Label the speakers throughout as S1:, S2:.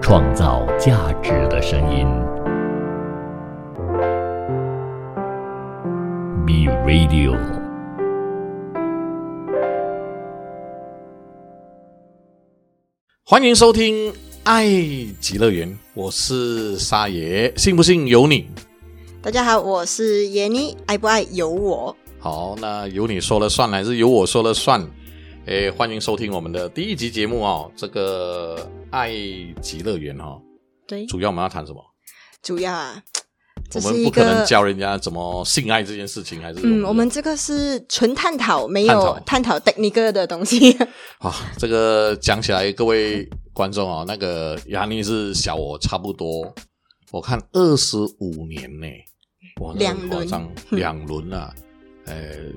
S1: 创造价值的声音。B Radio。
S2: 欢迎收听《爱极乐园》，我是沙爷，信不信由你。
S3: 大家好，我是耶妮，爱不爱由我。
S2: 好，那由你说了算，还是由我说了算？诶，欢迎收听我们的第一集节目哦，这个《爱极乐园》哦，
S3: 对，
S2: 主要我们要谈什么？
S3: 主要啊，这
S2: 我
S3: 是
S2: 们
S3: 一
S2: 不可能
S3: 个
S2: 教人家怎么性爱这件事情，还是
S3: 嗯，我们这个是纯探讨，没有探讨 technical 的东西。
S2: 啊，这个讲起来，各位观众哦，那个雅尼是小我差不多，我看二十五年呢，哇，那很夸 张，两轮啊，呃，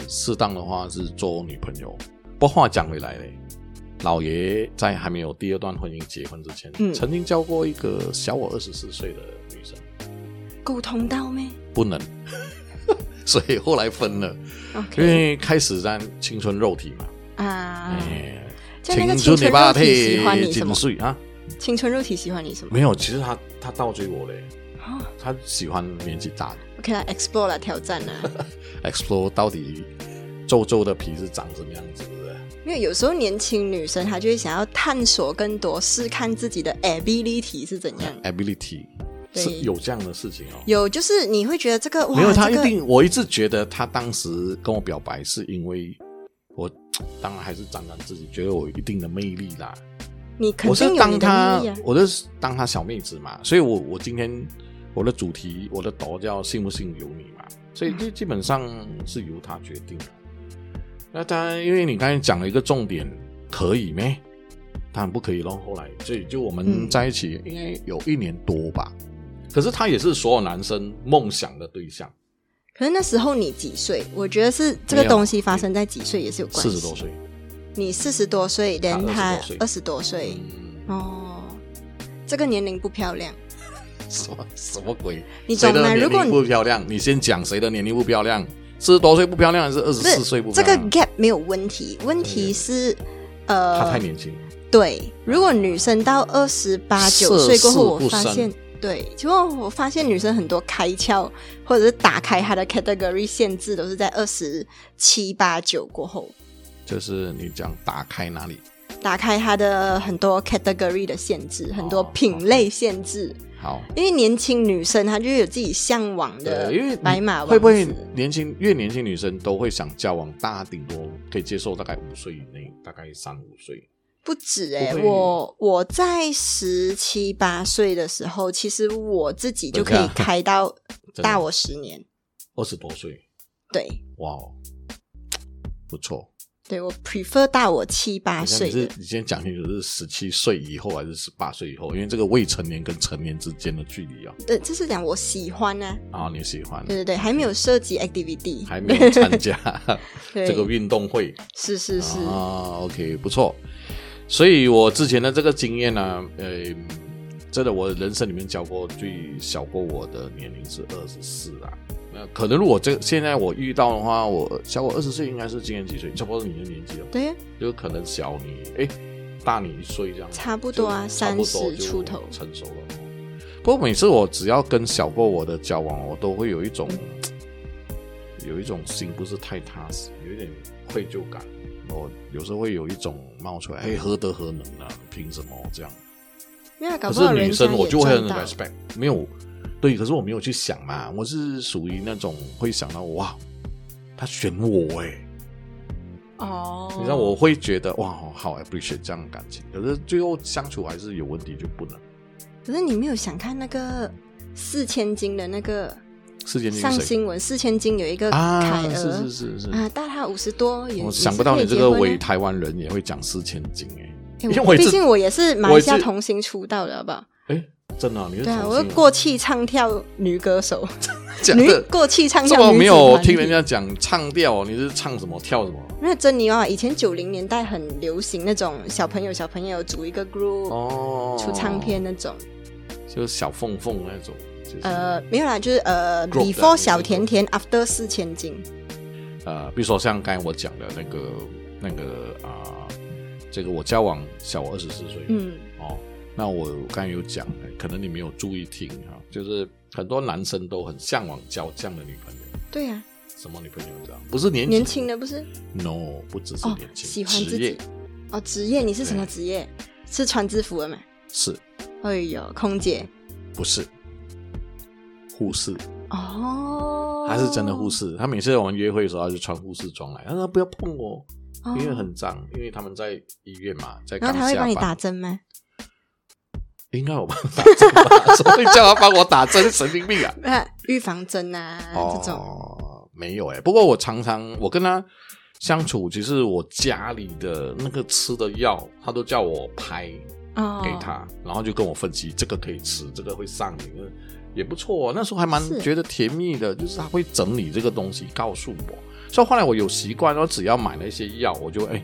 S2: 适当的话是做女朋友。不过话讲回来嘞，老爷在还没有第二段婚姻结婚之前，
S3: 嗯
S2: 曾经交过一个小我二十四岁的女生，
S3: 沟通到没
S2: 不能， 所以后来分了，因
S3: ？OK
S2: 为开始在青春肉体嘛，
S3: 啊，
S2: 哎、
S3: 就那个
S2: 青
S3: 青春
S2: 肉
S3: 肉
S2: 体
S3: 体喜欢你什
S2: 几
S3: 么？
S2: 岁啊？
S3: 青春肉体喜欢 你什么
S2: 没有，其实他他倒追我嘞，
S3: 哦
S2: 他喜欢年纪大的
S3: ？OK 啦，explore 啦，挑战啦。
S2: ，explore 到底皱皱的皮是长什么样子的。
S3: 因为有时候年轻女生她就会想要探索更多，试看自己的 ability 是怎
S2: 哎
S3: 样。
S2: ability
S3: 对
S2: 是有这样的事情哦。
S3: 有就是你会觉得这个哇，
S2: 没有，他一
S3: 这个
S2: 定，我一直觉得他当时跟我表白是因为我，当然还是沾沾自己，觉得我有一定的魅力啦。
S3: 你肯
S2: 我是
S3: 定有
S2: 当
S3: 你的
S2: 他
S3: 魅力啊，。
S2: 我就是当他小妹子嘛，所以我我今天我的主题我的头叫信不信由你嘛，所以
S3: 嗯
S2: 就基本上是由他决定的。那当然，因为你刚才讲了一个重点，可以没？当然不可以咯。后来，所以就我们
S3: 嗯
S2: 在一起应该有一年多吧。可是他也是所有男生梦想的对象，
S3: 可是那时候你几岁？我觉得是这个
S2: 没有
S3: 东西发生在几岁也是有关
S2: 四
S3: 系。
S2: 十多，岁，
S3: 你四十多岁，连
S2: 他
S3: 他
S2: 二
S3: 二十多岁，
S2: 嗯，
S3: 哦，这个年龄不漂亮，
S2: 什么什么鬼？
S3: 你
S2: 谁
S3: 懂
S2: 的
S3: 吗？
S2: 年
S3: 如果
S2: 龄
S3: 你
S2: 不漂亮，你先讲谁的年龄不漂亮？四十多岁不漂亮，还是二十
S3: 不
S2: 四岁不漂
S3: 这个
S2: 亮？嗯
S3: gap 没有问题，问题是呃，
S2: 他太年轻，
S3: 对，如果女生到二十八九岁过
S2: 涉世
S3: 后，
S2: 不
S3: 我发
S2: 深
S3: 现，对，结果我发现女生很多开窍或者是打开她的 category 限制，都是在二十七八九过后，
S2: 就是你讲打开哪里
S3: 打开她的很多 category 的限制，很多
S2: 哦
S3: 品类限制。
S2: 好？
S3: 因为年轻女生她就有自己向往的
S2: 对，因为你
S3: 白马王子
S2: 会不会年轻越年轻女生都会想交往大，顶多可以接受大概五岁以内，大概三五岁。
S3: 不止哎、
S2: 不会
S3: 我我在十七八岁的时候，其实我自己就可
S2: 等
S3: 以
S2: 一下
S3: 开到
S2: 真的
S3: 大我十年，
S2: 二十多岁，
S3: 对
S2: 哇哦，不错。
S3: 对，我 prefer 大我七
S2: 你
S3: 八
S2: 看
S3: 岁
S2: 你是
S3: 的，
S2: 你先讲清楚是十七岁以后还是十八岁以后，因为这个未成年跟成年之间的距离啊，
S3: 对，就是讲我喜欢呢、啊，
S2: 啊，你喜欢
S3: 对对对，还没有涉及 activity，
S2: 还没有参加
S3: 对
S2: 这个运动会，
S3: 是是是，
S2: 啊，OK，不错。所以我之前的这个经验呢、呃，真的我人生里面交过最小过我的年龄是二十四啊。那可能如果这现在我遇到的话，我小我二十岁应该是今年几岁？差不多你的年纪了，
S3: 对啊，
S2: 就可能小你哎大你一岁这样，
S3: 差不多啊
S2: 就差不多
S3: 30
S2: 就
S3: 出头
S2: 成熟了哦。不过每次我只要跟小过我的交往，我都会有一种有一种心不是太踏实，有一点愧疚感。我有时候会有一种冒出来，哎，何德何能啊？凭什么这样？
S3: 因啊为搞
S2: 可
S3: 不好
S2: 是
S3: 人
S2: 女
S3: 家
S2: 生我
S3: 也
S2: 就会很
S3: 赚到，
S2: respect，没有对，可是我没有去想嘛，我是属于那种会想到哇，他选我哎、
S3: 哦，
S2: 你知道我会觉得哇，好 appreciate 这样的感情，可是最后相处还是有问题，就不能。
S3: 可是你没有想看那个四千金的那个
S2: 世界
S3: 上新闻，四千金有一个
S2: 啊
S3: 凯，
S2: 是
S3: 尔
S2: 是是是，
S3: 啊，大他五十多，也
S2: 我想不到你这个伪
S3: 伟，
S2: 台湾人也会讲四千金哎、
S3: 诶
S2: 因为
S3: 我
S2: 我也
S3: 毕
S2: 是
S3: 竟我也是马来西
S2: 我
S3: 亚
S2: 也是
S3: 同星出道的，好不好？
S2: 欸，真的啊、你是
S3: 对啊，
S2: 重庆
S3: 我是
S2: 人
S3: 过气唱跳女歌手，
S2: 啊 假
S3: 女
S2: 的，
S3: 过气唱
S2: 这
S3: 跳
S2: 么
S3: 女
S2: 没
S3: 子
S2: 有
S3: 团体
S2: 听人。家讲唱调哦，你是唱什么跳什么？
S3: 那珍妮娃以前九零年代很流行那种小朋友小朋友组一个 group、
S2: 哦，
S3: 出唱片那种，
S2: 就是小凤凤那种，就是、
S3: 呃，没有啦，就是呃
S2: group 的那
S3: ，before
S2: 种
S3: 小甜甜，after 四千金，
S2: 呃，比如说像刚才我讲的那个那个啊、这个我交往小我二十四岁，
S3: 嗯，
S2: 哦，那我刚才有讲，可能你没有注意听哈，就是很多男生都很向往交这样的女朋友。
S3: 对呀、
S2: 什么女朋友这样？不是年
S3: 年轻的不是
S2: No，不只是
S3: 哦
S2: 年，轻，
S3: 喜欢自
S2: 职业
S3: 己哦，职业你是什么
S2: 对
S3: 职业？是穿制服的吗？
S2: 是
S3: 哎呦，空姐
S2: 不是护士？
S3: 哦，
S2: 她是真的护士，她每次我们约会的时候，她就穿护士装来，她说不要碰我，
S3: 哦，
S2: 因为很脏，因为他们在医院嘛，在
S3: 然
S2: 刚
S3: 后他会
S2: 下
S3: 帮你
S2: 班
S3: 打针吗？
S2: 应该我帮他打针 吧？所以叫他帮我打针，神经病啊！
S3: 那预防针啊这种
S2: 哦，没有哎、不过我常常我跟他相处，其实我家里的那个吃的药，他都叫我拍
S3: 哦，
S2: 给他，然后就跟我分析这个可以吃，这个会上瘾，呃也不错、哦。那时候还蛮
S3: 是
S2: 觉得甜蜜的，就是他会整理这个东西告诉我。所以后来我有习惯，说只要买了一些药，我就哎、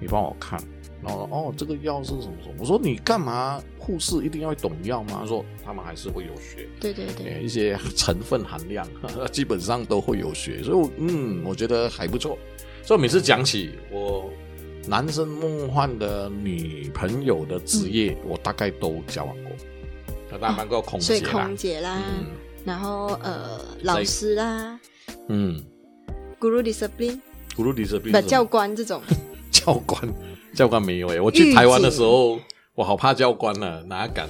S2: 你帮我看。然后说哦，这个药是什么什么？我说你干嘛？护士一定要懂药吗？他说他们还是会有学。
S3: 对对对，
S2: 呃一些成分含量， 基本上都会有学，所以我嗯，我觉得还不错。所以每次讲起我男生梦幻的女朋友的职业，我大概都交往过，那当然包括空
S3: 所以
S2: 姐啦
S3: 空，姐啦，
S2: 嗯
S3: 然后呃老师啦
S2: 嗯，
S3: ，guru discipline
S2: 咕噜迪士宾
S3: 不教官这种，
S2: 教官 教官没有哎、我
S3: 狱
S2: 去台湾的
S3: 警
S2: 时候，我好怕教官呢、哪敢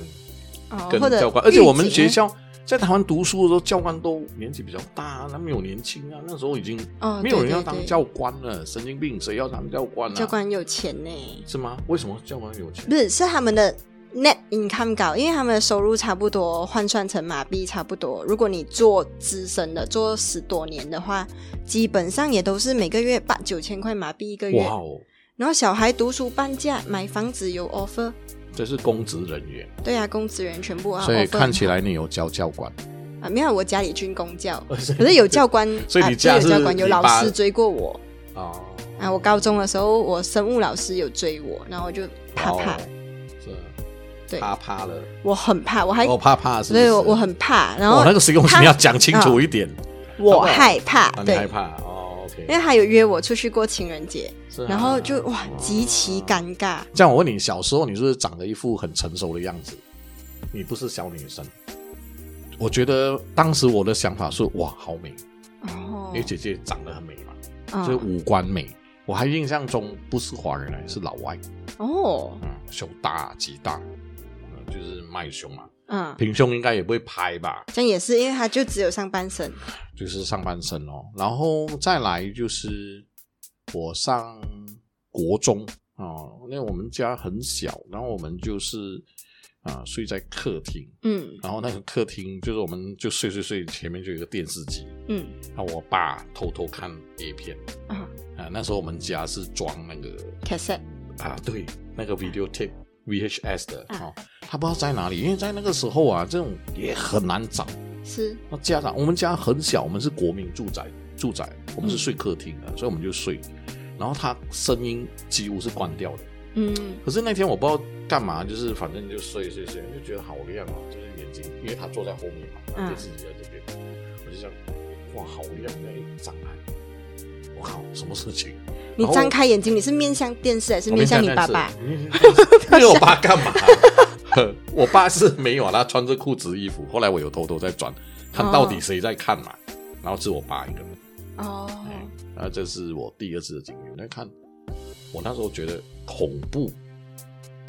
S3: 哦
S2: 跟
S3: 或者
S2: 教官，而且我
S3: 狱
S2: 们学
S3: 警啊
S2: 校在台湾读书的时候，教官都年纪比较大，他们有年轻啊，那时候已经
S3: 哦
S2: 没有
S3: 对
S2: 人要
S3: 对
S2: 当
S3: 对
S2: 教官了，神经病，谁要当教官啊？
S3: 教官有钱呢，
S2: 是吗？为什么教官有钱
S3: 不？是是他们的 net income 高，因为他们的收入差不多换算成马币差不多。如果你做资深的，做十多年的话，基本上也都是每个月八九千块马币一个月
S2: 哇。哦，
S3: 然后小孩读书半价，买房子有 offer，
S2: 这是公职人员，
S3: 对啊，公职人员全部啊
S2: 所以
S3: offer
S2: 看起来你有教教官，
S3: 啊，没有，我家里军工 教，可 是有教官，
S2: 所以
S3: 啊
S2: 你家
S3: 对有
S2: 是
S3: 教官有
S2: 你
S3: 老
S2: 爸
S3: 师追过我
S2: 哦
S3: 啊。我高中的时候，我生物老师有追我，然后我就怕怕
S2: 哦，是
S3: 对
S2: 怕怕了，
S3: 我很怕，我还
S2: 哦怕怕是不
S3: 所
S2: 是，
S3: 以我我很怕，然
S2: 哦
S3: 后
S2: 那个形容词
S3: 他
S2: 你要讲清楚一点，
S3: 我害怕
S2: 啊，你
S3: 对，
S2: 害怕哦，OK，
S3: 因为他有约我出去过情人节，
S2: 是啊
S3: 然后就哇极其。
S2: 哦
S3: 尴尬，
S2: 这样我问你，小时候你是不是长得一副很成熟的样子？你不是小女生。我觉得当时我的想法是，哇，好美，
S3: 哦
S2: 因为姐姐长得很美嘛，
S3: 嗯
S2: 就是五官美。我还印象中不是华人来，是老外，
S3: 哦
S2: 嗯，胸大极大，嗯，就是卖胸嘛，
S3: 嗯，
S2: 平胸应该也不会拍吧，
S3: 这样也是因为他就只有上半身，
S2: 就是上半身哦。然后再来就是我上国中哦，因为我们家很小，然后我们就是啊、睡在客厅，
S3: 嗯
S2: 然后那个客厅就是我们就睡睡睡，前面就有一个电视机，
S3: 嗯
S2: 那我爸偷偷看 A 片
S3: 啊
S2: 啊。那时候我们家是装那个
S3: cassette
S2: 啊，对，那个 video tape VHS 的
S3: 啊
S2: 哦，他不知道在哪里，因为在那个时候啊，这种也很难找。
S3: 是
S2: 那家长，我们家很小，我们是国民住宅，住宅我们是睡客厅的，所以我们就睡。然后他声音几乎是关掉的，
S3: 嗯
S2: 可是那天我不知道干嘛，就是反正就睡睡睡，就觉得好亮哦，就是眼睛，因为他坐在后面嘛，
S3: 嗯
S2: 他电视机在这边，我就想，哇，好亮！哎，张开，我靠，什么事情？
S3: 你
S2: 然后
S3: 张开眼睛，你是面向电视还
S2: 哦
S3: 是面向你爸爸？
S2: 那 个我爸干嘛？我爸是没有啊，他穿着裤子衣服。后来我有偷偷在转，看到底谁在看嘛。然后是我爸一个人。
S3: 哦
S2: 哎，那这是我第二次的经验。那看我那时候觉得恐怖，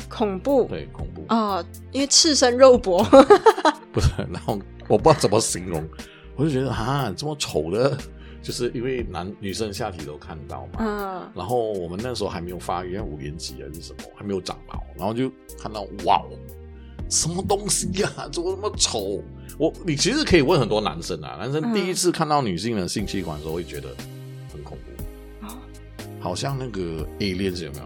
S3: 恐怖
S2: 对恐怖，
S3: 哦，因为赤身肉搏，
S2: 不是。然后我不知道怎么形容，我就觉得啊，这么丑的，就是因为男女生下体都看到嘛。
S3: 嗯
S2: 然后我们那时候还没有发育，五年级还是什么，还没有长毛，然后就看到哇，什么东西呀、怎么那么丑？我你其实可以问很多男生啊，男生
S3: 嗯
S2: 第一次看到女性的性器官的时候会觉得很恐怖，
S3: 哦
S2: 好像那个 aliens 有没有？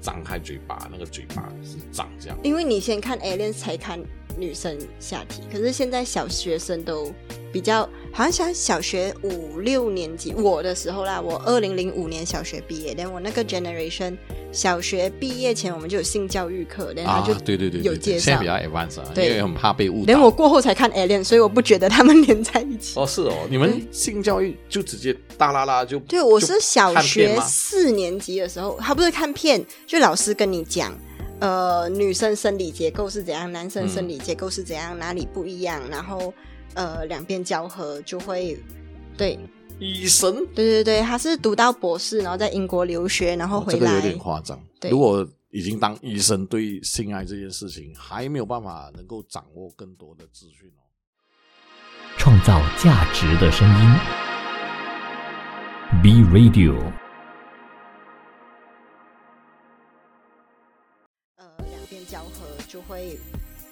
S2: 张开嘴巴，那个嘴巴是长这样，
S3: 因为你先看 Aliens 才看女生下体，可是现在小学生都比较，好像像小学五六年级我的时候啦，我二零零五年小学毕业，但我那个 generation 小学毕业前我们就有性教育课，然后
S2: 啊
S3: 就，
S2: 对对对，对
S3: 有
S2: 对
S3: 介
S2: 现在
S3: 绍
S2: 比较 advanced，啊因
S3: 对
S2: 为很怕被误
S3: 连
S2: 导。
S3: 我过后才看 Alien，所以我不觉得他们连在一起。
S2: 哦，是哦，你们性教育就直接大啦啦就
S3: 嗯对，我
S2: 就是
S3: 小
S2: 看片
S3: 学
S2: 吗
S3: 啊四年级的时候，他不是看片，就老师跟你讲，呃女生生理结构是怎样，男生
S2: 嗯
S3: 生理结构是怎样，哪里不一样，然后呃两边交合就会对
S2: 医生，
S3: 对对对，他是读到博士，然后在英国留学，然后
S2: 哦这
S3: 回
S2: 个
S3: 来，
S2: 有点夸张。
S3: 对
S2: 如果已经当医生，对性爱这件事情还没有办法能够掌握更多的资讯哦。
S1: 创造价值的声音。B Radio
S3: 呃两边交合就会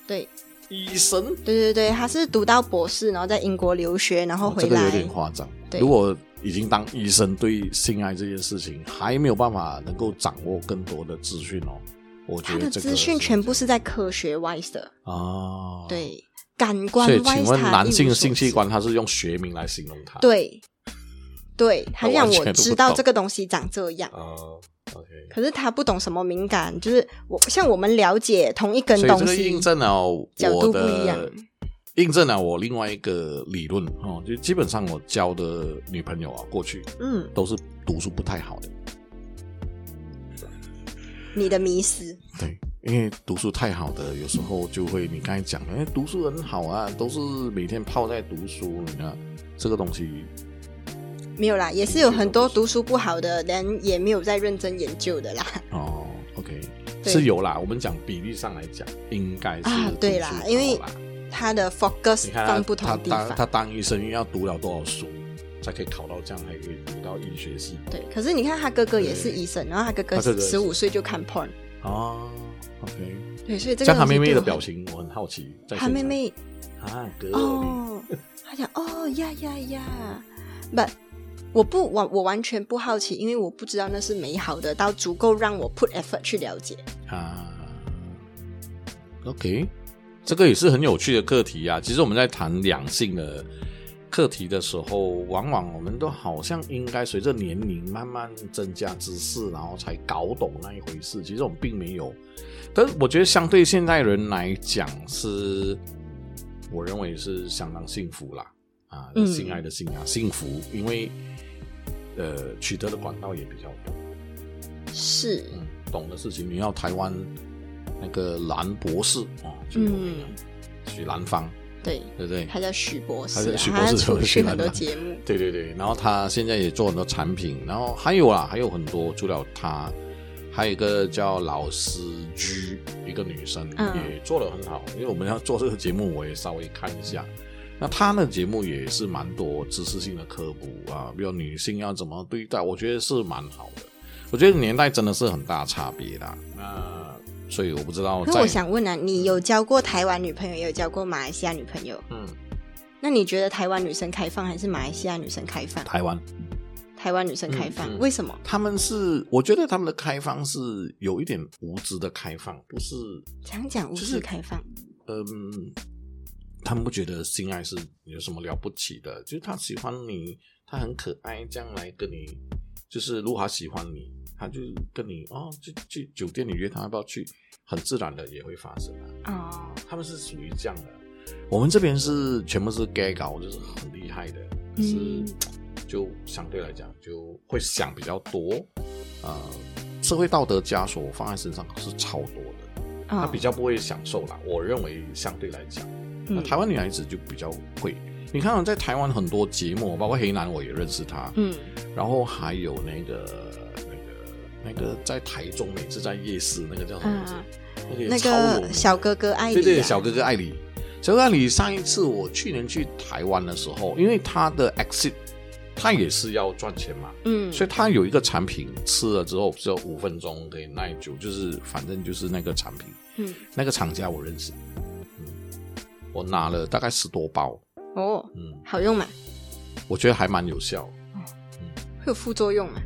S3: 对
S2: 医生，
S3: 对对对，他是读到博士，然后在英国留学，然后
S2: 哦
S3: 回
S2: 这个
S3: 来，
S2: 有点夸张。
S3: 对
S2: 如果已经当医生，对性爱这件事情还没有办法能够掌握更多的资讯哦。我觉
S3: 他
S2: 得
S3: 的
S2: 这个
S3: 资讯
S2: 是
S3: 全部是在科学 wise 的，
S2: 啊，。
S3: 对感官
S2: 所以，
S3: wise
S2: 请问
S3: 它
S2: 男
S3: 一无
S2: 性的
S3: 所
S2: 性器
S3: 知
S2: 官，它是用学名来形容它？，
S3: 对，对，他
S2: 我
S3: 让
S2: 完全
S3: 我
S2: 都不
S3: 知道
S2: 懂
S3: 这个东西长这样。
S2: 啊，OK。
S3: 可是他不懂什么敏感，就是我像我们了解同一根
S2: 所以这
S3: 东
S2: 个
S3: 西
S2: 印，证了我
S3: 角度不一样
S2: 的，印证了我另外一个理论哦，就基本上我交的女朋友啊，过去
S3: 嗯，
S2: 都是读书不太好的，
S3: 你的迷失，
S2: 对，因为读书太好的，有时候就会你刚才讲，哎，读书很好啊，都是每天泡在读书，你看这个东西，
S3: 没有啦，也是有很多读书不好的人也没有在认真研究的啦。
S2: 哦，OK，
S3: 对
S2: 是有啦，我们讲比例上来讲，应该是
S3: 啊
S2: 读
S3: 对
S2: 书
S3: 啦
S2: 好
S3: 因为
S2: 啦
S3: 他的 focus
S2: 你看
S3: 放
S2: 他
S3: 不
S2: 他
S3: 同地
S2: 当
S3: 方，
S2: 他当医生，因为要读了多少书，才可以考到这样，还可以读到医学系
S3: 对。可是你看他哥哥也是
S2: 对
S3: 医生，然后他哥哥
S2: 他哥哥也是
S3: 十五岁就看 porn，
S2: 哦 OK，
S3: 对，所以这个
S2: 像他
S3: 东西
S2: 妹妹
S3: 对
S2: 的
S3: 我
S2: 表
S3: 很，
S2: 情，我很好奇。在
S3: 他
S2: 现
S3: 妹
S2: 场
S3: 妹
S2: 啊，哥哦，
S3: 哦，他讲哦呀呀呀，but 我不完我完全不好奇，因为我不知道那是美好的到足够让我 put effort 去了解。
S2: 啊，OK，这个也是很有趣的课题啊。其实我们在谈两性的课题的时候，往往我们都好像应该随着年龄慢慢增加知识，然后才搞懂那一回事。其实我们并没有，但是我觉得相对现代人来讲是，我认为是相当幸福啦。啊，
S3: 嗯
S2: 性爱的性啊，幸福，因为呃，取得的管道也比较多。
S3: 是，
S2: 嗯，懂的事情，你要台湾那个蓝博士哦，就有那个
S3: 嗯
S2: 许兰芳，
S3: 对，
S2: 对不对？
S3: 他叫许博
S2: 他
S3: 士
S2: 叫
S3: 啊，
S2: 许博
S3: 他
S2: 士
S3: 出
S2: 许
S3: 去
S2: 兰
S3: 很多
S2: 兰
S3: 节目，
S2: 对对对，然后他现在也做很多产品，然后还有啊啦，还有很多，除了他，还有一个叫老师居，一个女生、
S3: 嗯
S2: 也做得很好。因为我们要做这个节目，我也稍微看一下。那他的节目也是蛮多知识性的科普啊，比如女性要怎么对待，我觉得是蛮好的。我觉得年代真的是很大差别啦。那所以我不知道在，
S3: 那我想问啊，你有交过台湾女朋友，也有交过马来西亚女朋友，
S2: 嗯，
S3: 那你觉得台湾女生开放还是马来西亚女生开放？
S2: 台湾
S3: 台湾女生开放，
S2: 嗯嗯
S3: 为什么？
S2: 他们是，我觉得他们的开放是有一点无知的开放，不是
S3: 想讲无
S2: 就
S3: 视
S2: 是
S3: 开放，
S2: 嗯，他们不觉得性爱是有什么了不起的，就是他喜欢你，他很可爱，这样来跟你，就是如果他喜欢你，他就跟你哦，去去酒店里约他要不要去，很自然的也会发生啊。
S3: 哦，
S2: 他们是属于这样的，我们这边是全部是 gay 搞，就是很厉害的，可是
S3: 嗯
S2: 就相对来讲就会想比较多，呃，社会道德枷锁放在身上是超多的。她
S3: 哦
S2: 比较不会享受啦。我认为相对来讲，那
S3: 嗯
S2: 台湾女孩子就比较会。你看啊，在台湾很多节目，包括黑男，我也认识他，
S3: 嗯
S2: 然后还有那个那个那个在台中每次在夜市那个叫什么名字？
S3: 啊
S2: 那个
S3: 那
S2: 也超有
S3: 个
S2: 名
S3: 小哥哥爱你、
S2: 对
S3: 啊，
S2: 对，小哥哥艾里，小哥哥艾里上一次我去年去台湾的时候，因为他的 exit，他也是要赚钱嘛，
S3: 嗯，
S2: 所以它有一个产品吃了之后只有五分钟可以耐久，就是反正就是那个产品，
S3: 嗯，
S2: 那个厂家我认识，嗯，我拿了大概十多包，
S3: 哦，
S2: 嗯，
S3: 好用嘛？
S2: 我觉得还蛮有效，
S3: 会有副作用嘛？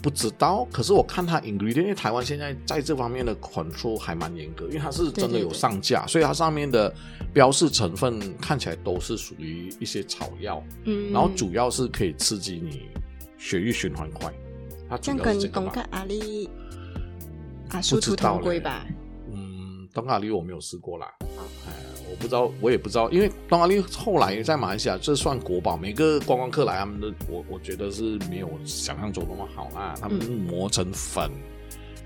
S2: 不知道，可是我看它 ingredient，因为台湾现在在这方面的 control 还蛮严格，因为它是真的
S3: 对对
S2: 有
S3: 对
S2: 上架，所以它上面的标示成分看起来都是属于一些草药，
S3: 嗯，
S2: 然后主要是可以刺激你血液循环快，它主
S3: 这样
S2: 要是
S3: 跟
S2: 这个
S3: 懂
S2: 吧
S3: 个阿丽啊，殊
S2: 知
S3: 途
S2: 道
S3: 同归
S2: 嘞
S3: 吧？
S2: 嗯，东咖喱我没有试过啦，哎，我不知道，我也不知道，因为东咖喱后来在马来西亚这算国宝，每个观光客来他们的，我我觉得是没有想象中那么好啦，他们
S3: 嗯
S2: 磨成粉，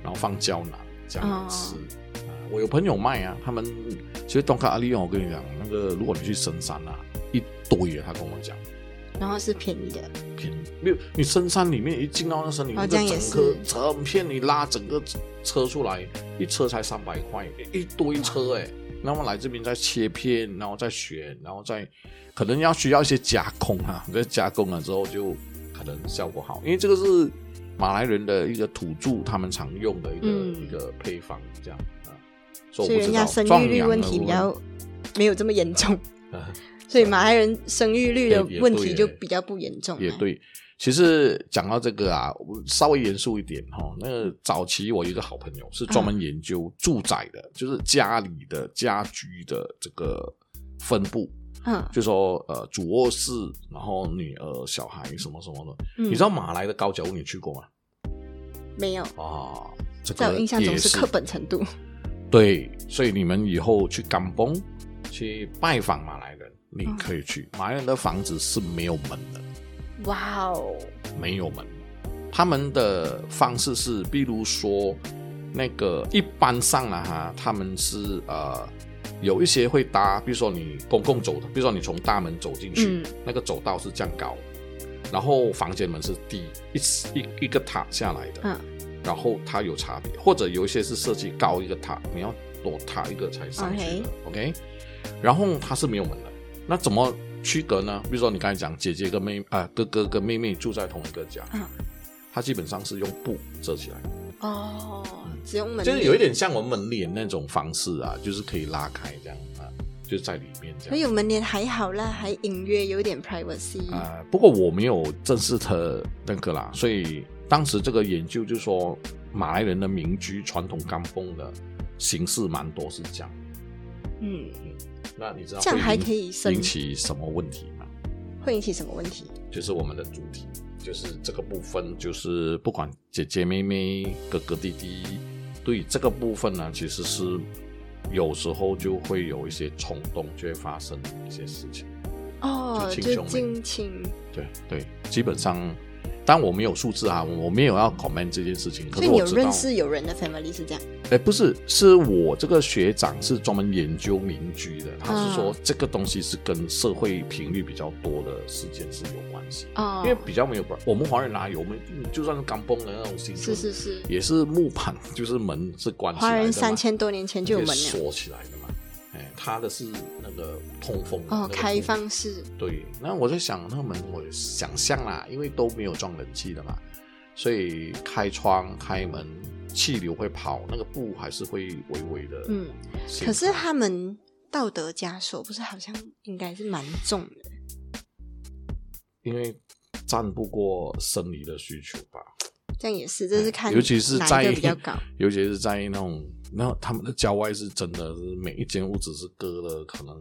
S2: 然后放胶囊，这样来吃。啊我有朋友卖啊，他们其实东卡阿利用，我跟你讲，那个如果你去深山啊，一堆的，他跟我讲
S3: 然后是便宜的，
S2: 便宜，没有你深山里面一进到那森林，
S3: 哦
S2: 那
S3: 这
S2: 个
S3: 样也
S2: 整个整片你拉整个车出来，一车才三百块，一堆车哎、那么来这边再切片，然后再选，然后再可能要需要一些加工啊，这加工了之后就可能效果好，因为这个是马来人的一个土著他们常用的一个、
S3: 嗯
S2: 一个配方，这样啊，所
S3: 所
S2: 以
S3: 以
S2: 我不
S3: 人
S2: 知
S3: 家
S2: 道
S3: 生
S2: 壮
S3: 育率
S2: 阳
S3: 问
S2: 的
S3: 题
S2: 部分
S3: 比较没有这么严重，
S2: 啊
S3: 所以马来人生育率的
S2: 也也
S3: 问
S2: 对
S3: 题
S2: 耶
S3: 就比较不严重。啊
S2: 也，对，其实讲到这个啊，我稍微严肃一点哈、哦。那个早期我有一个好朋友是专
S3: 嗯
S2: 门研究住宅的，就是家里的家居的这个分布，
S3: 嗯，
S2: 就说呃主卧室，然后女儿、小孩什么什么的。
S3: 你
S2: 你知道马来的高脚屋你去过吗？
S3: 嗯没有？
S2: 啊，这
S3: 在
S2: 个
S3: 我印象中
S2: 也
S3: 是
S2: 是
S3: 课本程度。
S2: 对，所以你们以后去甘崩去拜访马来人，你
S3: 嗯
S2: 可以去、马来人的房子是没有门的。
S3: 哇哦，
S2: 没有门。他们的方式是，比如说那个一般上啊，哈，他们是呃有一些会搭，比如说你公共走的，比如说你从大门走进去，
S3: 嗯
S2: 那个走道是这样高，然后房间门是低一一一个塔下来的，
S3: 嗯
S2: 然后它有差别，或者有一些是设计高一个塔，你要多塔一个才上去的 OK，然后它是没有门的，那怎么区隔呢？比如说你刚才讲姐姐跟妹啊、哥哥跟妹妹住在同一个家，
S3: 嗯
S2: 它基本上是用布遮起来，
S3: 哦，只用门
S2: 就是
S3: 帘
S2: 有一，点像我们门帘那种方式啊，就是可以拉开这样啊，就在里面这
S3: 所以
S2: 样。
S3: 有门帘还好啦，还隐约有点 privacy。
S2: 啊、不过我没有正式的那个啦，所以当时这个研究就说，马来人的民居传统钢风的形式蛮多是这样。
S3: 嗯，
S2: 那你知道
S3: 这样
S2: 会
S3: 还
S2: 引
S3: 可以生
S2: 引起什么问题吗？
S3: 会引起什么问题？
S2: 就是我们的主题，就是这个部分，就是不管姐姐、妹妹、哥哥、弟弟，对这个部分呢，其实是有时候就会有一些冲动，就会发生一些事情。
S3: 哦，
S2: 就
S3: 就
S2: 亲兄妹
S3: 近亲，
S2: 对对，基本上，当然我没有数字啊，我没有要 comment 这件事情，可
S3: 所
S2: 是
S3: 以你
S2: 我
S3: 有
S2: 知道
S3: 认，识有人的 family 是这样。
S2: 哎，不是，是我这个学长是专门研究民居的，他是说
S3: 嗯
S2: 这个东西是跟社会频率比较多的事件是有关系。
S3: 哦，
S2: 因为比较没有管，我们华人哪有？我们就算是刚崩的那种新
S3: 是
S2: 村，
S3: 是是，
S2: 也是木板，就是门是关起来
S3: 华
S2: 的嘛
S3: 人三千多年前就有门
S2: 也
S3: 了。
S2: 锁起来的嘛。哎，它的是那个通风的那
S3: 哦，
S2: 个
S3: 开
S2: 木
S3: 放式，
S2: 对，那我在想，那个门我想象啦，因为都没有装冷气的嘛，所以开窗开门，气流会跑，那个布还是会微微的。
S3: 嗯，可是他们道德枷锁不是好像应该是蛮重的，
S2: 因为战不过生理的需求吧，
S3: 这样也是，这是看
S2: 哎尤其是
S3: 哪
S2: 在
S3: 一个比较高，
S2: 尤其是在那种，然后他们的郊外是真的是每一间屋子是隔了可能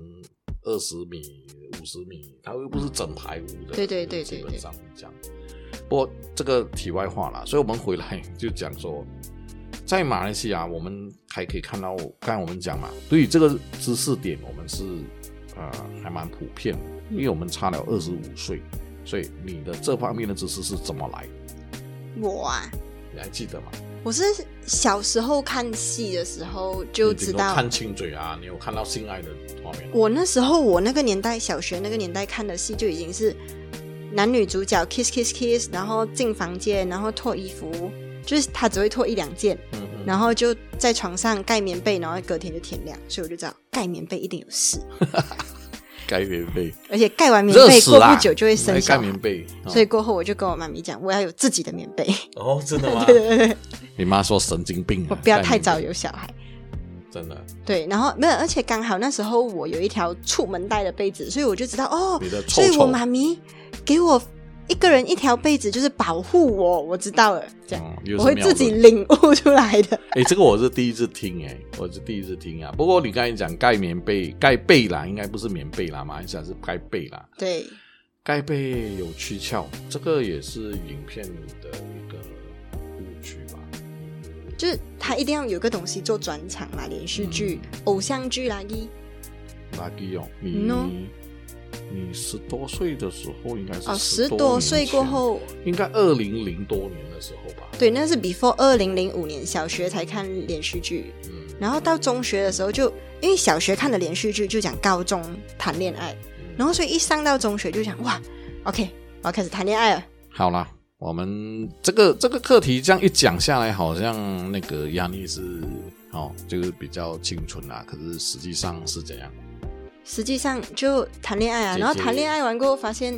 S2: 二十米、五十米，它又不是整排屋的，
S3: 对对对对
S2: 基本上是这样。不过这个题外话啦，所以我们回来就讲说，在马来西亚我们还可以看到，刚才我们讲嘛，对于这个知识点我们是呃还蛮普遍的，因为我们差了二十五岁，所以你的这方面的知识是怎么来的？
S3: 我啊，
S2: 你还记得吗？
S3: 我是小时候看戏的时候就
S2: 你顶
S3: 知
S2: 多
S3: 道，
S2: 看亲嘴啊，你有看到性爱的画面吗？
S3: 我那时候我那个年代小学那个年代看的戏就已经是男女主角 kiss kiss kiss，然后进房间，然后脱衣服，就是他只会脱一两件，
S2: 嗯嗯
S3: 然后就在床上盖棉被，然后隔天就天亮，所以我就知道盖棉被一定有事，
S2: 盖棉被，
S3: 而且盖完棉
S2: 热
S3: 被
S2: 死
S3: 过
S2: 啦！哎
S3: 不久就会生
S2: 盖
S3: 小
S2: 棉哦
S3: 孩。
S2: 被，
S3: 所以过后我就跟我妈咪讲，我要有自己的棉 被，
S2: 哦，真 的吗？你妈说神经病啊，
S3: 我不要太
S2: 盖
S3: 早
S2: 棉
S3: 有小孩。
S2: 被，真的，
S3: 对，然后没有，而且刚好那时候我有一条出门带的被子，所以我就知道哦
S2: 你的，臭
S3: 所以我
S2: 臭
S3: 妈咪给我一个人一条被子，就是保护我，我知道了，这样、
S2: 嗯，又
S3: 我
S2: 是
S3: 会
S2: 妙
S3: 自己
S2: 论。
S3: 领悟出来的。
S2: 哎，这个我是第一次听，哎，我是第一次听啊。不过你刚才讲盖棉被，盖被啦，应该不是棉被啦，马来西亚是盖被啦，
S3: 对，
S2: 盖被有蹊跷，这个也是影片的一个误区吧。
S3: 就是他一定要有个东西做转场
S2: 嗯
S3: 嘛，连续剧、偶像剧啦，一
S2: 垃圾哦，
S3: 嗯哦
S2: 你你十多岁的时候应该是
S3: 哦，十
S2: 多
S3: 多岁
S2: 年
S3: 过
S2: 前，
S3: 后，
S2: 应该二零零多年的时候吧。
S3: 对，那是 before 二零零五年小学才看连续剧，
S2: 嗯，
S3: 然后到中学的时候就因为小学看的连续剧就讲高中谈恋爱，然后所以一上到中学就想哇，OK，我要开始谈恋爱了。
S2: 好啦，我们这个这个课题这样一讲下来，好像那个压力是哦，就是比较清纯啦。可是实际上是怎样？
S3: 实际上就谈恋爱啊，
S2: 姐姐
S3: 然后谈恋爱完过后发现，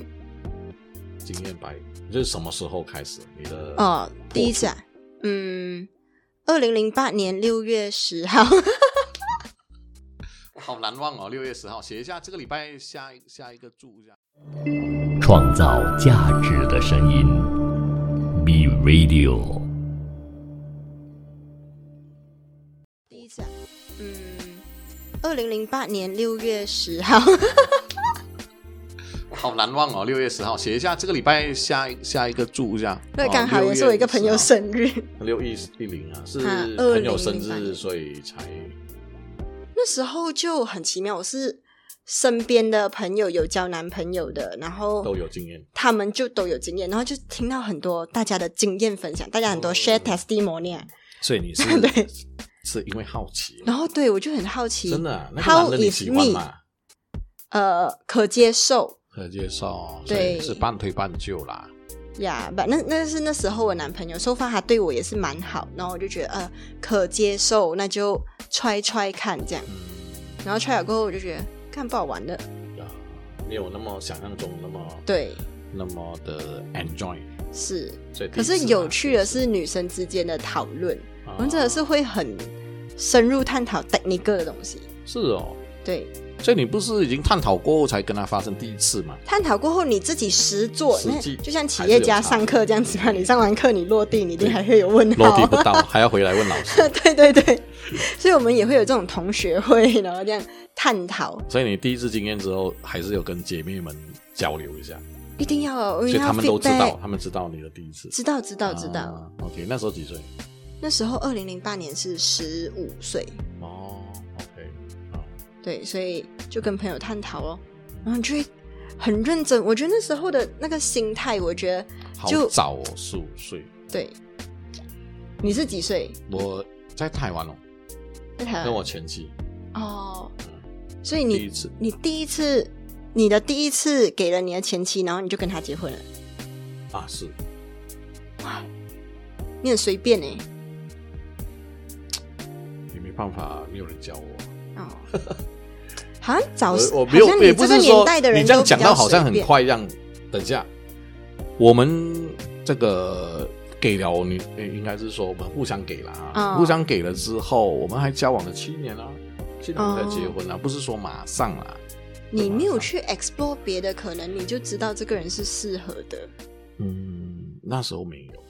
S2: 经验白，就是什么时候开始你的？
S3: 哦，第一次啊，嗯，二零零八年六月十号，
S2: 好难忘哦，六月十号，写一下这个礼拜下一下一个注一下。
S1: 创造价值的声音，B Radio。
S3: 第一次啊，嗯，二零零八年六月十号，
S2: 哦好难忘哦，六月十号，写一下这个礼拜下一下一个注一下。
S3: 那
S2: 哦
S3: 刚好也是我一个朋友，生日，
S2: 六一一零啊，是
S3: 啊
S2: 朋友
S3: 2008
S2: 生日，所以才
S3: 那时候就很奇妙，我是身边的朋友有交男朋友的，然后
S2: 都有经验。
S3: 他们就都有经验，然后就听到很多大家的经验分享，大家很
S2: 哦
S3: 多 share testimony，、啊、
S2: 所以你是
S3: 对
S2: 是因为好奇，
S3: 然后对我就很好奇，
S2: 真的啊、那个
S3: How
S2: 男的你
S3: is
S2: 喜欢
S3: me？
S2: 嘛？
S3: 呃，可接受
S2: 可介绍，所以
S3: 对
S2: 是半推半就啦。
S3: 呀，不、那那是那时候我男朋友，说法他对我也是蛮好，然后我就觉得呃可接受，那就 try try 看这样，
S2: 嗯，
S3: 然后 try 了过后我就觉得看不好玩的，
S2: 啊，没有那么想象中那么
S3: 对，
S2: 那么的 enjoy。
S3: 是，
S2: 所以第
S3: 可
S2: 一次
S3: 是
S2: 嘛
S3: 有趣的是女生之间的讨论，
S2: 啊
S3: 我们真的是会很深入探讨 technical 的东西，
S2: 是哦，
S3: 对，
S2: 所以你不是已经探讨过后才跟他发生第一次 嘛？
S3: 探讨过后，你自己实做，
S2: 实
S3: 那
S2: 际
S3: 就像企业家上课这样子嘛。你上完课，你落地，你一定还会有问
S2: 落地
S3: 号。
S2: 不到，还要回来问老师。
S3: 对对对，所以我们也会有这种同学会，然后这样探讨，
S2: 所以你第一次经验之后，还是有跟姐妹们交流一下，
S3: 一定要哦，
S2: 所
S3: 一
S2: 以
S3: 定要
S2: 他们都知
S3: feedback
S2: 道，他们知道你的第一次，
S3: 知道知道知道。
S2: 啊 OK，那时候几岁？
S3: 那时候二零零八年是十五岁，
S2: 哦，OK，啊，
S3: 对，所以就跟朋友探讨咯，然后你就会很认真。我觉得那时候的那个心态，我觉得
S2: 好
S3: 就
S2: 早哦，十五岁。
S3: 对。你是几岁？
S2: 我在台湾哦，
S3: 在台湾
S2: 跟我前妻
S3: 哦，所以
S2: 第一
S3: 呃你
S2: 次，
S3: 你第一次，你的第一次给了你的前妻，然后你就跟他结婚了，
S2: 啊，是
S3: 你很随便哎、
S2: 也没办法，没有人教我。
S3: 哦， 好像早
S2: 我我
S3: 好
S2: 没有
S3: 像，
S2: 也
S3: 你
S2: 不
S3: 这个
S2: 是说
S3: 年代的人
S2: 你这样
S3: 都比较
S2: 讲到好像很
S3: 随便，
S2: 快一样。等一下，我们这个给了你，诶应该是说我们互相给了啊，
S3: 嗯
S2: 互相给了之后，我们还交往了七年啊，七年才
S3: 哦
S2: 结婚啊，不是说马上啦。
S3: 你
S2: 啊
S3: 没有去 explore 别的可能，你就知道这个人是适合的。
S2: 嗯，那时候没有。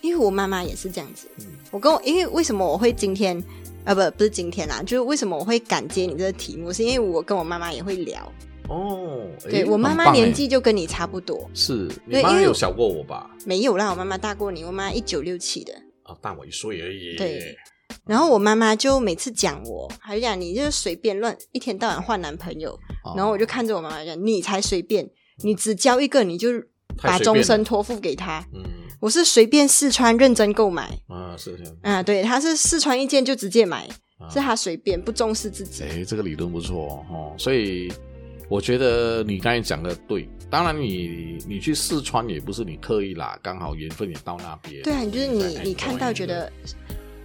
S3: 因为我妈妈也是这样子，
S2: 嗯
S3: 我跟我因为为什么我会今天啊不不是今天啦，就是为什么我会敢接你这个题目，是因为我跟我妈妈也会聊，
S2: 哦，诶
S3: 对我妈
S2: 很
S3: 妈
S2: 棒诶
S3: 年纪就跟你差不多，
S2: 是你
S3: 对
S2: 妈
S3: 因为
S2: 有小过我吧？
S3: 没有啦，我妈妈大过你，我妈一九六七的，
S2: 啊，大我一岁而已。
S3: 对然后我妈妈就每次讲我，她就讲你就是随便乱，一天到晚换男朋友。
S2: 哦
S3: 然后我就看着我妈妈讲，你才随便，你只交一个，你就
S2: 太
S3: 把
S2: 随便
S3: 终
S2: 了
S3: 身托付给他。
S2: 嗯
S3: 我是随便试穿，认真购买。
S2: 啊，是这样。
S3: 啊，对，他是试穿一件就直接买，
S2: 啊
S3: 是他随便，不重视自己。
S2: 哎，这个理论不错哦哦，所以我觉得你刚才讲的对。当然你，你去四川也不是你刻意啦，刚好缘分也到那边。
S3: 对啊，你就是你
S2: 在，
S3: 你看到
S2: enjoy
S3: 觉得
S2: 对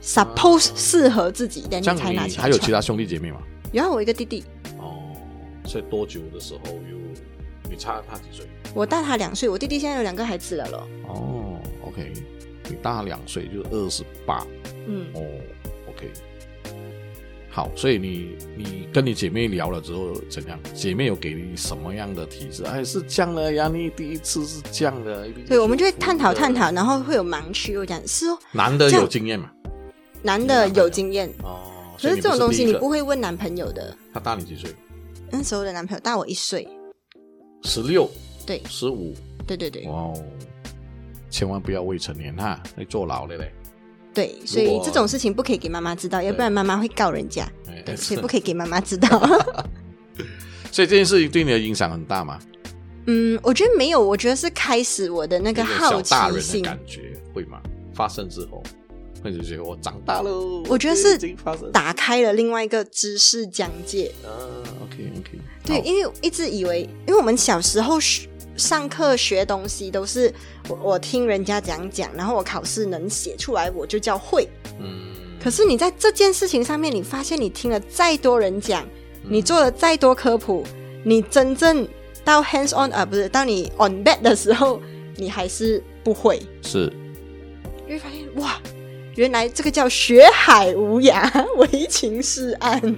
S3: suppose 适合自己的，
S2: 这样
S3: 才拿
S2: 你
S3: 起来
S2: 还有其
S3: 穿。
S2: 他兄弟姐妹吗？
S3: 然后我一个弟弟，
S2: 哦，所以多久的时候又你差他几岁？
S3: 我大他两岁，我弟弟现在有两个孩子了咯。
S2: 哦，OK，你大两岁，就二十八。
S3: 嗯，
S2: 哦，OK，好，所以你你跟你姐妹聊了之后怎样？姐妹有给你什么样的提示？哎，是这样的呀，你第一次是这样的，
S3: 对，我们就会探讨探
S2: 讨。
S3: 讨，然后会有盲区。我讲是哦，
S2: 男的
S3: 这样
S2: 有经验嘛？
S3: 男
S2: 男
S3: 的
S2: 朋友
S3: 有经验，
S2: 哦，
S3: 可是这种东西你不
S2: 会。
S3: 会问男朋友的。
S2: 他大你几岁？
S3: 那时候的男朋友大我一岁，
S2: 十六、
S3: 对
S2: 十五，
S3: 对对对
S2: 哇哦，千万不要未成年哈，会坐牢的嘞。
S3: 对，所以这种事情不 可以给妈妈知道，要不然妈妈会告人家，
S2: 哎
S3: 对，所以不可以给妈妈知道。
S2: 所以这件事情对你的影响很大嘛？
S3: 嗯，我觉得没有，我觉得是开始我的那个
S2: 有点
S3: 好
S2: 小大
S3: 奇
S2: 人的
S3: 心，
S2: 感觉会吗？发生之后，会就觉得我哦长大喽。
S3: 我觉得
S2: 已经
S3: 是
S2: 发生
S3: 打开了另外一个知识疆界。
S2: 啊，OK OK，
S3: 对，因为一直以为，因为我们小时候学上课学东西都是我我听人家讲讲，然后我考试能写出来，我就叫会。
S2: 嗯，
S3: 可是你在这件事情上面，你发现你听了再多人讲，你做了再多科普，你真正到 hands on 啊，不是到你 on bed 的时候，你还是不会。
S2: 是
S3: 你会发现哇，原来这个叫学海无涯， 唯情是岸。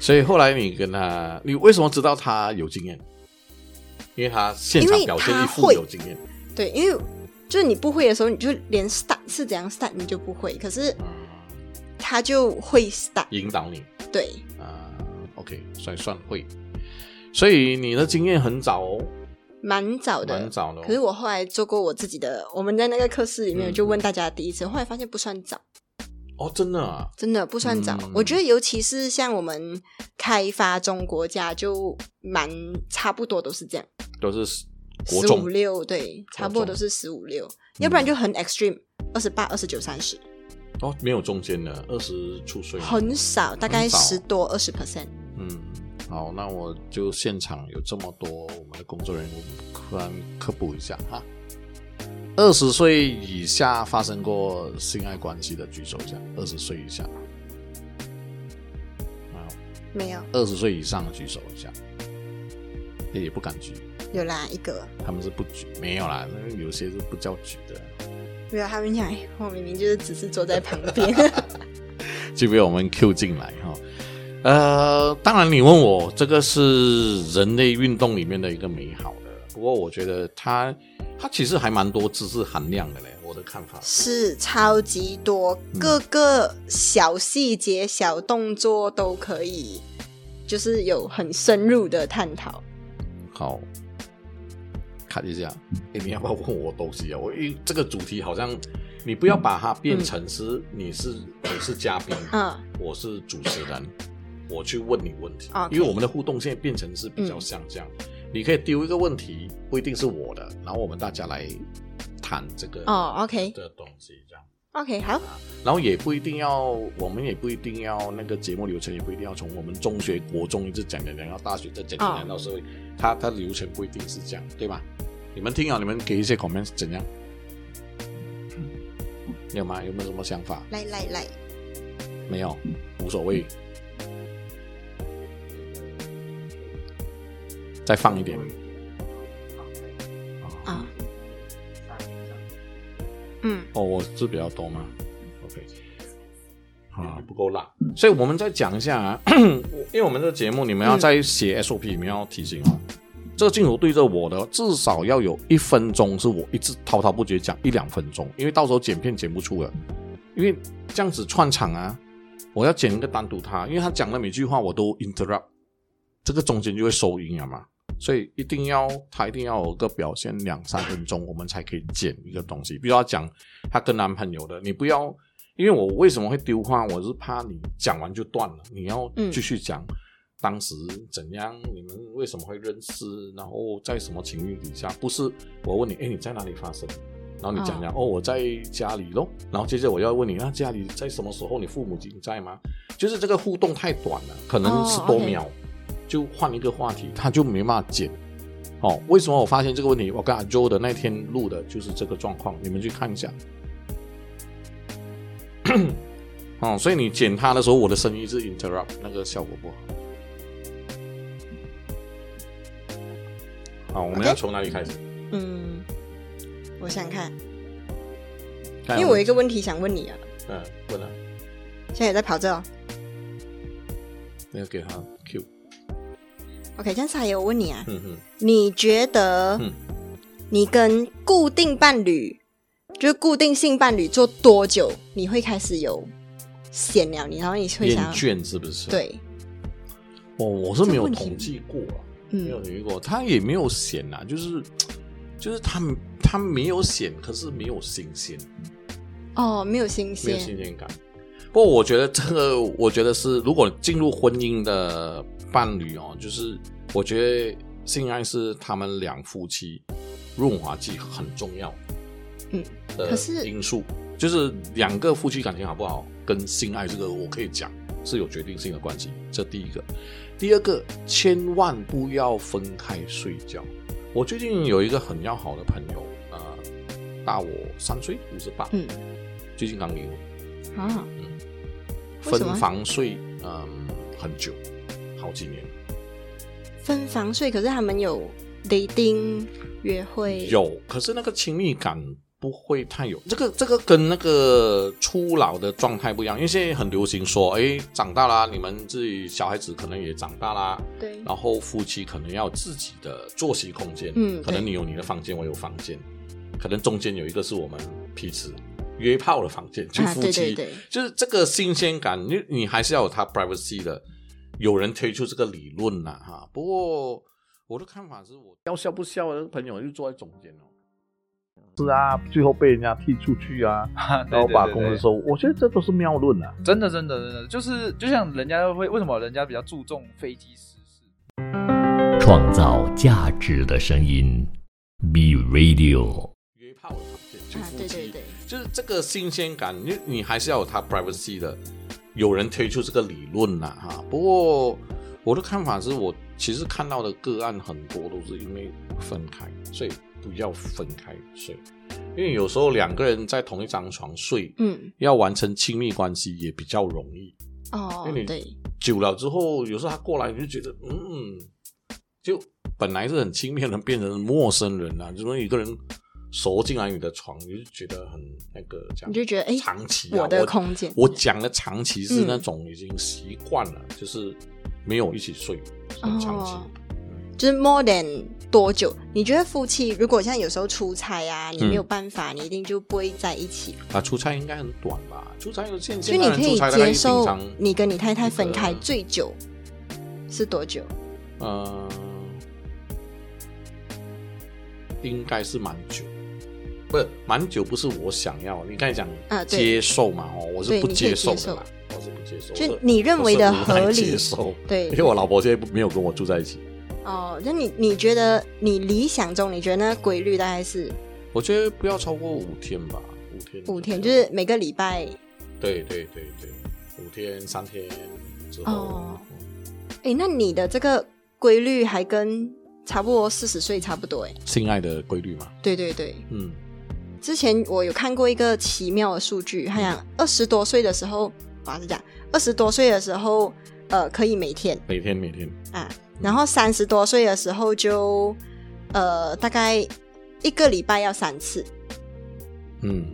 S2: 所以后来你跟他，你为什么知道他有经验？因为他现场
S3: 因为
S2: 表现
S3: 他
S2: 一副
S3: 会
S2: 有经验，
S3: 对，因为就是你不会的时候，你就连 start 是怎样 start 你就不会，可是
S2: 嗯
S3: 他就会 start。
S2: 引导你
S3: 对，
S2: 啊。OK，所以算会。所以你的经验很早哦，
S3: 蛮早的，
S2: 蛮早的哦
S3: 可是我后来做过我自己的，我们在那个课室里面
S2: 嗯
S3: 就问大家第一次，后来发现不算早，
S2: 哦，真的啊，
S3: 真的不算早。
S2: 嗯
S3: 我觉得尤其是像我们开发中国家就蛮差不多都是这样，
S2: 都是国
S3: 十
S2: 中
S3: 五六对，差不多都是十五六，
S2: 嗯
S3: 要不然就很 extreme，二十八、二十九、三十，
S2: 哦，没有中间的，二十出岁，
S3: 很少，大概
S2: 很少
S3: 十多二十 percent。
S2: 嗯，好，那我就现场有这么多我们的工作人员，突然科普一下哈。二十岁以下发生过性爱关系的举手一下，二十岁以下，啊，
S3: 没有，
S2: 二十岁以上的举手一下，也不敢举，
S3: 有啦一个，
S2: 他们是不举，没有啦，那有些是不叫举的，
S3: 没有。他们讲，哎我明明就是只是坐在旁边，
S2: 就被我们 Q 进来哈。呃，当然，你问我这个是人类运动里面的一个美好的，不过我觉得它它其实还蛮多知识含量的嘞，我的看法。
S3: 是超级多，各个小细节、小动作都可以，就是有很深入的探讨。
S2: 好，看一下，诶你要不要问我东西啊？我因为这个主题好像你不要把它变成是你是你是嘉宾，
S3: 嗯，
S2: 我是主持人，我去问你问题
S3: OK 嗯
S2: 因为我们的互动现在变成是比较像这样，你可以丢一个问题，不一定是我的，然后我们大家来谈这个
S3: 哦，OK，OK，、
S2: 这个东西这样，
S3: 好，
S2: 然后也不一定要，我们也不一定要那个节目流程，也不一定要从我们中学、国中一直讲讲讲到大学，再讲讲
S3: 哦
S2: 讲到社会，它它流程不一定是这样，对吧？你们听啊，你们给一些 comments 怎样？有吗？有没有什么想法？
S3: 来来来，
S2: 没有，无所谓。嗯再放一点。
S3: 啊，嗯，
S2: 哦，我字比较多吗？OK。啊，不够辣，所以我们再讲一下啊， 我因为我们这个节目，你们要在写 SOP，、你们要提醒哦。这个镜头对着我的，至少要有一分钟是我一直滔滔不绝讲一两分钟，因为到时候剪片剪不出了，因为这样子串场啊，我要剪一个单独他，因为他讲的每句话我都 interrupt，这个中间就会收音了嘛，所以一定要他一定要有个表现两三分钟，我们才可以剪一个东西。比如他讲他跟男朋友的，你不要，因为我为什么会丢话，我是怕你讲完就断了，你要
S3: 嗯
S2: 继续讲。当时怎样？你们为什么会认识？然后在什么情境底下？不是我问你，哎，你在哪里发生？然后你讲讲，
S3: 啊
S2: 哦，我在家里咯。然后接着我要问你，那家里在什么时候？你父母亲在吗？就是这个互动太短了，可能
S3: 哦
S2: 十多
S3: OK
S2: 秒，就换一个话题，他就没办法剪。哦，为什么我发现这个问题？我跟阿 Joe 的那天录的就是这个状况，你们去看一下。 哦，所以你剪他的时候，我的声音是 interrupt，那个效果不好。好，我们
S3: OK
S2: 要从哪里开始？
S3: 嗯，我想看，
S2: 看
S3: 因为我有一个问题想问你啊，
S2: 嗯问了，
S3: 现在也在跑这哦。
S2: 你要给他 Q，
S3: OK，这样子还有我问你啊，
S2: 嗯嗯。
S3: 你觉得
S2: 嗯
S3: 你跟固定伴侣，就是固定性伴侣做多久，你会开始有闲聊你，然后你会
S2: 厌
S3: 想要
S2: 倦是不是？，
S3: 对，
S2: 哦，我是没有
S3: 这问题
S2: 统计过啊，没有
S3: 嗯
S2: 统计过，他也没有显啊，就是就是他他没有显，可是没有新鲜，
S3: 哦，没有新
S2: 没有
S3: 鲜
S2: 新鲜感。不过我觉得这个，我觉得是，如果进入婚姻的伴侣哦，就是我觉得性爱是他们两夫妻润滑剂很重要
S3: 嗯，
S2: 的
S3: 可是
S2: 因素，就是两个夫妻感情好不好，跟性爱这个我可以讲是有决定性的关系。这第一个，第二个，千万不要分开睡觉。我最近有一个很要好的朋友啊、呃大我三岁，五十八，
S3: 嗯
S2: 最近刚离婚。
S3: 啊，为
S2: 分
S3: 什么
S2: 房睡，嗯，很久，好几年。
S3: 分房睡，可是他们有 dating 约会，
S2: 有，可是那个亲密感不会太有。这个这个跟那个初老的状态不一样，因为现在很流行说，哎，长大啦，你们自己小孩子可能也长大啦，
S3: 对，啊
S2: 然后夫妻可能要有自己的作息空间，
S3: 嗯
S2: 可能
S3: 对
S2: 你有你的房间，我有房间，可能中间有一个是我们彼此约炮的房间，就
S3: 啊
S2: 夫
S3: 对
S2: 妻，
S3: 对对
S2: 就是这个新鲜感，你你还是要有它 privacy 的。有人推出这个理论呐、哈，不过我的看法是我要笑不笑的朋友就坐在中间哦。是啊，最后被人家踢出去啊，然后把公司收，我觉得这都是谬论啊。
S4: 真的真的真的，就是就像人家会为什么人家比较注重飞机失事？
S1: 创造价值的声音，B Radio。
S2: 约炮的房间就
S3: 啊
S2: 夫妻，
S3: 对对对
S2: 就是这个新鲜感，你你还是要有它 privacy 的。有人推出这个理论呐、哈，不过我的看法是我其实看到的个案很多都是因为分开，所以不要分开睡，因为有时候两个人在同一张床睡，
S3: 嗯
S2: 要完成亲密关系也比较容易。
S3: 哦
S2: 因为你
S3: 对，
S2: 久了之后，有时候他过来你就觉得，嗯，就本来是很亲密的人变成陌生人了、啊，就是一个人熟进来你的床，你就觉得很那个这样，
S3: 你就觉得哎
S2: 长期、啊、
S3: 我的空间
S2: 我讲的长期是
S3: 嗯
S2: 那种已经习惯了，就是没有一起睡，很长期。
S3: 哦就是 more than 多久？你觉得夫妻如果像有时候出差啊，你
S2: 嗯
S3: 没有办法，你一定就不会在一起，
S2: 啊，出差应该很短吧？出差有现现
S3: 所以
S2: 代
S3: 你可
S2: 人出
S3: 以
S2: 差大概
S3: 接
S2: 平
S3: 受
S2: 常
S3: 你跟你太太分开
S2: 一个
S3: 最久是多久？
S2: 呃，应该是蛮久，不是蛮久，不是我想要。你刚才讲
S3: 啊对
S2: 接受嘛，哦，我是
S3: 啊对
S2: 不
S3: 你可以
S2: 接受
S3: 接受
S2: 的啦，我是不接受的。
S3: 就你认为的合
S2: 我是无奈
S3: 理
S2: 接受，哎
S3: 对
S2: 因为我老婆现在没有跟我住在一起。
S3: 哦，那你你觉得你理想中你觉得那规律大概是
S2: 我觉得不要超过五天吧，五天，
S3: 五天，就是每个礼拜？
S2: 对对对对，五天三天之后，
S3: 哦诶，那你的这个规律还跟差不多四十岁差不多诶。
S2: 性爱的规律嘛，
S3: 对对对，
S2: 嗯，
S3: 之前我有看过一个奇妙的数据，他
S2: 嗯
S3: 讲二十多岁的时候，啊是讲二十多岁的时候，呃，可以每天
S2: 每天每天，
S3: 啊，然后三十多岁的时候就，呃，大概一个礼拜要三次，
S2: 嗯，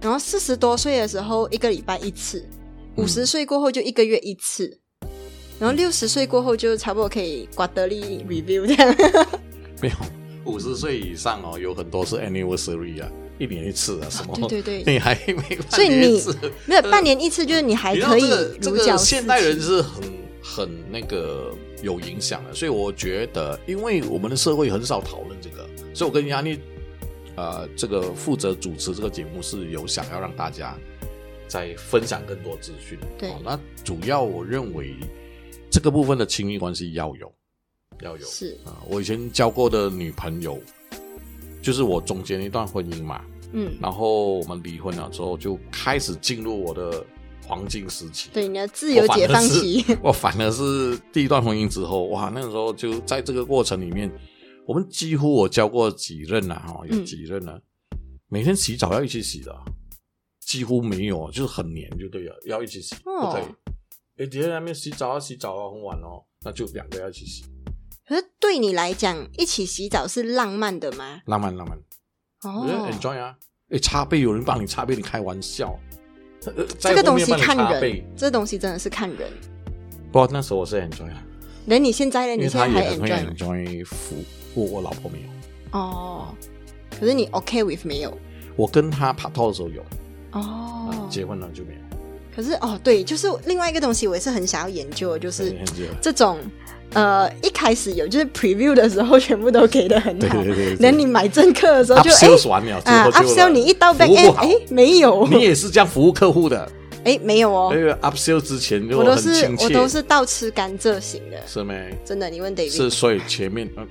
S3: 然后四十多岁的时候一个礼拜一次，
S2: 嗯
S3: 五十岁过后就一个月一次，然后六十岁过后就差不多可以瓜得利
S2: 嗯
S3: review 这样。
S2: 没有，五十岁以上哦，有很多是 anniversary 啊，一年一次啊，什么？
S3: 对对对
S2: 你还没
S3: 所以
S2: 半年一
S3: 你
S2: 次，
S3: 没有半年一次，就是你还
S2: 呃你知道
S3: 可以
S2: 这个这
S3: 如胶
S2: 个
S3: 似漆。
S2: 现代人是很很那个有影响的，所以我觉得，因为我们的社会很少讨论这个，所以我跟亚妮，呃，这个负责主持这个节目是有想要让大家再分享更多资讯。
S3: 对
S2: 哦那主要我认为这个部分的亲密关系要有，要有
S3: 是
S2: 啊、我以前交过的女朋友，就是我中间一段婚姻嘛，
S3: 嗯，
S2: 然后我们离婚了之后，就开始进入我的黄金时期。
S3: 对，你的自由解放期。
S2: 我反而啊是，我反而是第一段婚姻之后，哇，那个时候就在这个过程里面，我们几乎我交过几任了、啊、哈，有
S3: 嗯
S2: 几任了、每天洗澡要一起洗的啊，几乎没有，就是很黏就对了，要一起洗，
S3: 哦
S2: 不可以。哎，别人在那边洗澡啊，洗澡啊，很晚哦，那就两个要一起洗，
S3: 可是对你来讲，一起洗澡是浪漫的吗？
S2: 浪漫浪漫。我觉得
S3: 哦，
S2: enjoy 啊。哎，擦背有人帮你擦背，你开玩笑。呃
S3: 这个东西。
S2: 在后面
S3: 看
S2: 帮你擦背
S3: 人，这东西真的是看人。
S2: 不过那时候我是 enjoy 了，
S3: 连你现在呢？
S2: 因
S3: 哎你
S2: 为
S3: 现
S2: 他
S3: 在
S2: 也
S3: 还
S2: 很会
S3: enjoy 吗
S2: enjoy 服务，我老婆没有。
S3: 哦，可是你 OK with 没有？
S2: 我跟他拍拖的时候有，
S3: 哦，
S2: 结婚了就没有。
S3: 可是哦，对，就是另外一个东西，我也是很想要研究的，就是
S2: 很很久
S3: 这种呃，一开始有就是 preview 的时候，全部都给的 很
S2: 对
S3: 好
S2: 对，对对，
S3: 那你买正课的时候就
S2: upsell
S3: 哎
S2: 完了之
S3: 啊
S2: 后就
S3: ，upsell 你一到
S2: 服
S3: back
S2: 务不
S3: end，
S2: 好
S3: 哎，没有，
S2: 你也是这样服务客户的，
S3: 哎，没有哦
S2: 因，为 up sale 之前就
S3: 我都
S2: 很
S3: 是
S2: 亲切，
S3: 我都是倒吃甘蔗型的，
S2: 是没？
S3: 真的。你问 David，
S2: 是，所以前面嗯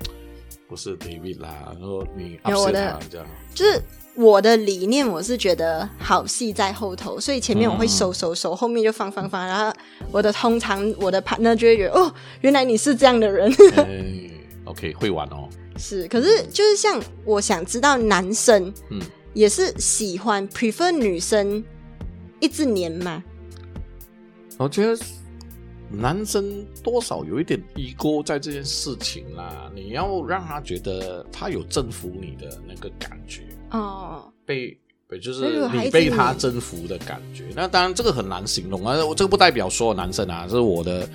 S2: 不是 David 啦，然后你 up
S3: 有
S2: sale
S3: 我的
S2: 他这样，
S3: 就是我的理念，我是觉得好戏在后头，所以前面我会
S2: 嗯
S3: 收收收，后面就放放放，然后我的通常我的 partner 就会觉得哦，原来你是这样的人，
S2: 哎，OK 会玩哦，
S3: 是。可是就是像我想知道男生
S2: 嗯，
S3: 也是喜欢 prefer 女生一直黏嘛，
S2: 我觉得男生多少有一点 ego 在这件事情啦，你要让他觉得他有征服你的那个感觉，
S3: 哦，
S2: 被被就
S3: 所以
S2: 是
S3: 我还
S2: 你
S3: 一直
S2: 被他征服的感觉。那当然这个很难形容啊，我这个不代表所有男生啊，这是我的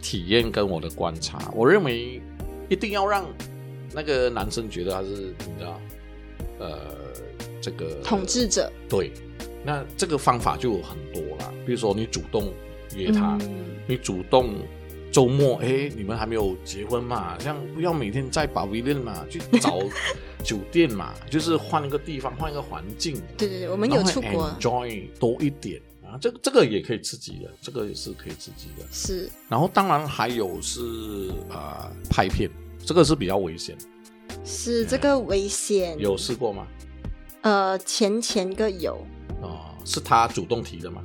S2: 体验跟我的观察。我认为一定要让那个男生觉得他是你知道，呃，这个
S3: 统治者，
S2: 对，那这个方法就有很多啦，比如说你主动约他，
S3: 嗯，
S2: 你主动周末，哎，你们还没有结婚嘛，这样不要每天在 b 比 l 嘛，去找酒店嘛，就是换一个地方，换一个环境，
S3: 对对对，我们
S2: 然
S3: 有
S2: 后
S3: 出国
S2: enjoy 多一点啊，这个这个也可以刺激的，这个也是可以刺激的。
S3: 是
S2: 然后当然还有是啊、呃拍片，这个是比较危险，
S3: 是这个危险，
S2: 有试过吗？
S3: 呃前前个有，
S2: 哦，是他主动提的吗？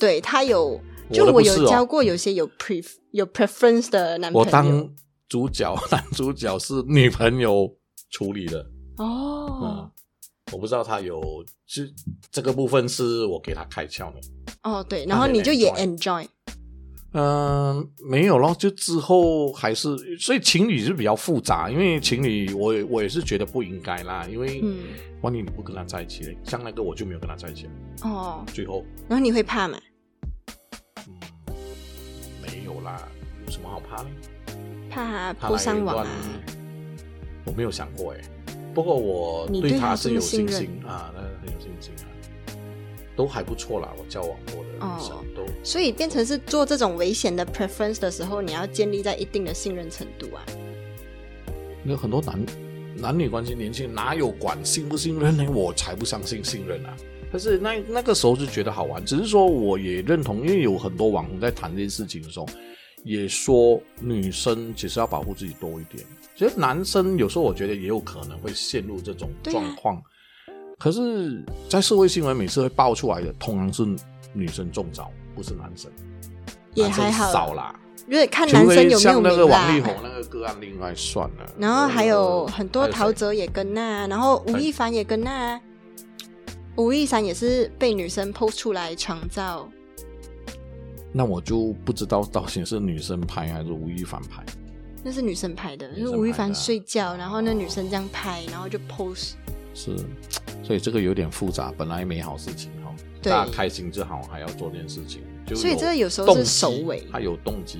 S3: 对他有，
S2: 我
S3: 就
S2: 的
S3: 我
S2: 不是
S3: 有
S2: 哦
S3: 交过有些有 pre 有 preference 的男朋
S2: 我
S3: 友，
S2: 当主角， 男主角是女朋友处理的。嗯
S3: 哦、，
S2: 我不知道他有，就这个部分是我给他开窍的。
S3: 哦对，然后你就也
S2: 他
S3: enjoy
S2: 嗯、没有咯，就之后还是，所以情侣是比较复杂，因为情侣我也我也是觉得不应该啦，因为
S3: 嗯
S2: 万一你不跟他在一起，像那个我就没有跟他在一起了，
S3: 哦，
S2: 最后
S3: 然后你会怕嘛？
S2: 嗯没有啦，有什么好怕呢？
S3: 怕
S2: 他
S3: 破
S2: 来
S3: 伤
S2: 一
S3: 网
S2: 段
S3: 啊？，
S2: 我没有想过哎、不过我
S3: 你
S2: 对
S3: 对
S2: 他
S3: 他
S2: 是
S3: 这
S2: 有
S3: 么
S2: 信
S3: 信任
S2: 心啊，那很有信心啊，都还不错啦。我交往过的女生、
S3: 哦
S2: 都
S3: 所以变成是做这种危险的 preference 的时候，你要建立在一定的信任程度啊。
S2: 那很多男男女关系，年轻人哪有管信不信任呢？我才不相信信任啊！但是那那个时候就觉得好玩，只是说我也认同，因为有很多网红在谈这件事情的时候，也说女生其实要保护自己多一点。其实男生有时候我觉得也有可能会陷入这种
S3: 对啊
S2: 状况，可是，在社会新闻每次会爆出来的，通常是女生中招，不是男生，
S3: 也
S2: 男生
S3: 还好
S2: 少啦。
S3: 因为看男
S2: 除
S3: 生有
S2: 非
S3: 没有
S2: 像那个
S3: 名
S2: 王力宏
S3: 啦。
S2: 那个个案，另外算了。
S3: 然后还有很多
S2: 还有谁
S3: 陶喆也跟那、然后吴亦凡也跟那、吴亦凡也是被女生 PO 出来床照，
S2: 那我就不知道到底是女生拍还是吴亦凡拍。
S3: 那是女生拍的，
S2: 女
S3: 就
S2: 生
S3: 是吴亦
S2: 拍的
S3: 凡
S2: 啊
S3: 睡觉，然后那女生这样拍，然后就 pose。
S2: 是，所以这个有点复杂。本来美好事情哈，
S3: 对
S2: 大家开心就好，还要做这件事情，就
S3: 所以这个有时候是
S2: 动机
S3: 首尾
S2: 他有动机，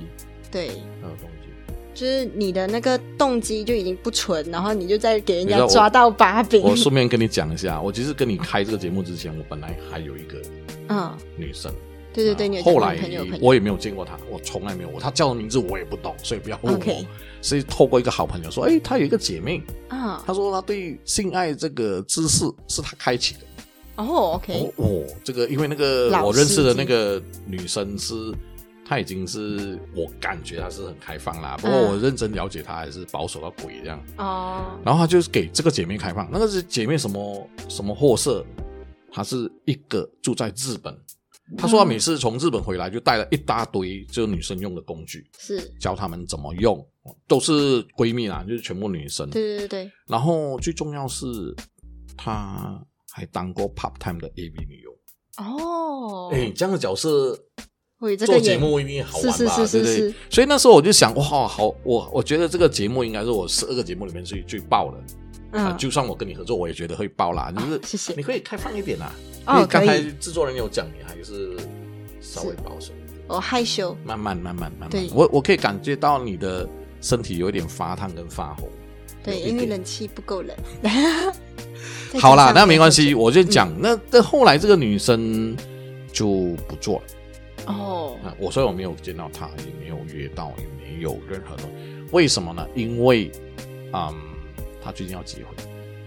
S3: 对，
S2: 他有动机。
S3: 就是你的那个动机就已经不纯，然后你就再给人
S2: 你知道
S3: 家
S2: 我
S3: 抓到把柄。
S2: 我顺便跟你讲一下，我其实跟你开这个节目之前，我本来还有一个
S3: 嗯，
S2: 女生，
S3: 对对对，
S2: 啊
S3: 你有
S2: 后
S3: 交
S2: 来
S3: 女朋友朋友
S2: 我也没有见过她，我从来没有，我她叫的名字我也不懂，所以不要问我。
S3: OK
S2: 是透过一个好朋友说，哎，她有一个姐妹，
S3: 啊，
S2: 她说她对性爱这个知识是她开启的。
S3: 哦，OK，
S2: 哦哦，这个因为那个
S3: 老
S2: 我认识的
S3: 司机
S2: 那个女生是，她已经是我感觉她是很开放啦，不过
S3: 嗯
S2: 我认真了解她还是保守到鬼这样。
S3: 哦，
S2: 然后她就是给这个姐妹开放，那个是姐妹什么什么货色，她是一个住在日本，她说她每次从日本回来就带了一大堆就是女生用的工具，
S3: 是，
S2: 教她们怎么用，哦都是闺蜜啦，就是全部女生。
S3: 对对对对，
S2: 然后最重要是她还当过 part time 的 AV 女优。
S3: 哦，
S2: 哎、这样的角色
S3: 我有这个
S2: 做节
S3: 眼，
S2: 目一定好玩吧？
S3: 是
S2: 对
S3: 是是是
S2: 不对
S3: 是？
S2: 所以那时候我就想，哇，好，我我觉得这个节目应该是我十二个节目里面最最爆的、啊！
S3: 嗯，啊
S2: 就算我跟你合作，我也觉得会爆啦。就是、
S3: 谢谢
S2: 你可以开放一点啦、
S3: 哦
S2: 因为刚才
S3: 可以
S2: 制作人有讲，你还是稍微保守，
S3: 我害羞，
S2: 慢慢慢慢慢慢
S3: 对。
S2: 我我可以感觉到你的身体有一点发烫跟发红。
S3: 对，
S2: 有一
S3: 因为
S2: 点
S3: 冷气不够冷。再
S2: 好啦
S3: 加，上
S2: 那没关系，我就讲、
S3: 嗯
S2: 那那后来这个女生就不做了。
S3: 哦，
S2: 啊，我虽然我没有见到他，也没有约到，也没有任何东西，为什么呢？因为，嗯，他最近要结婚，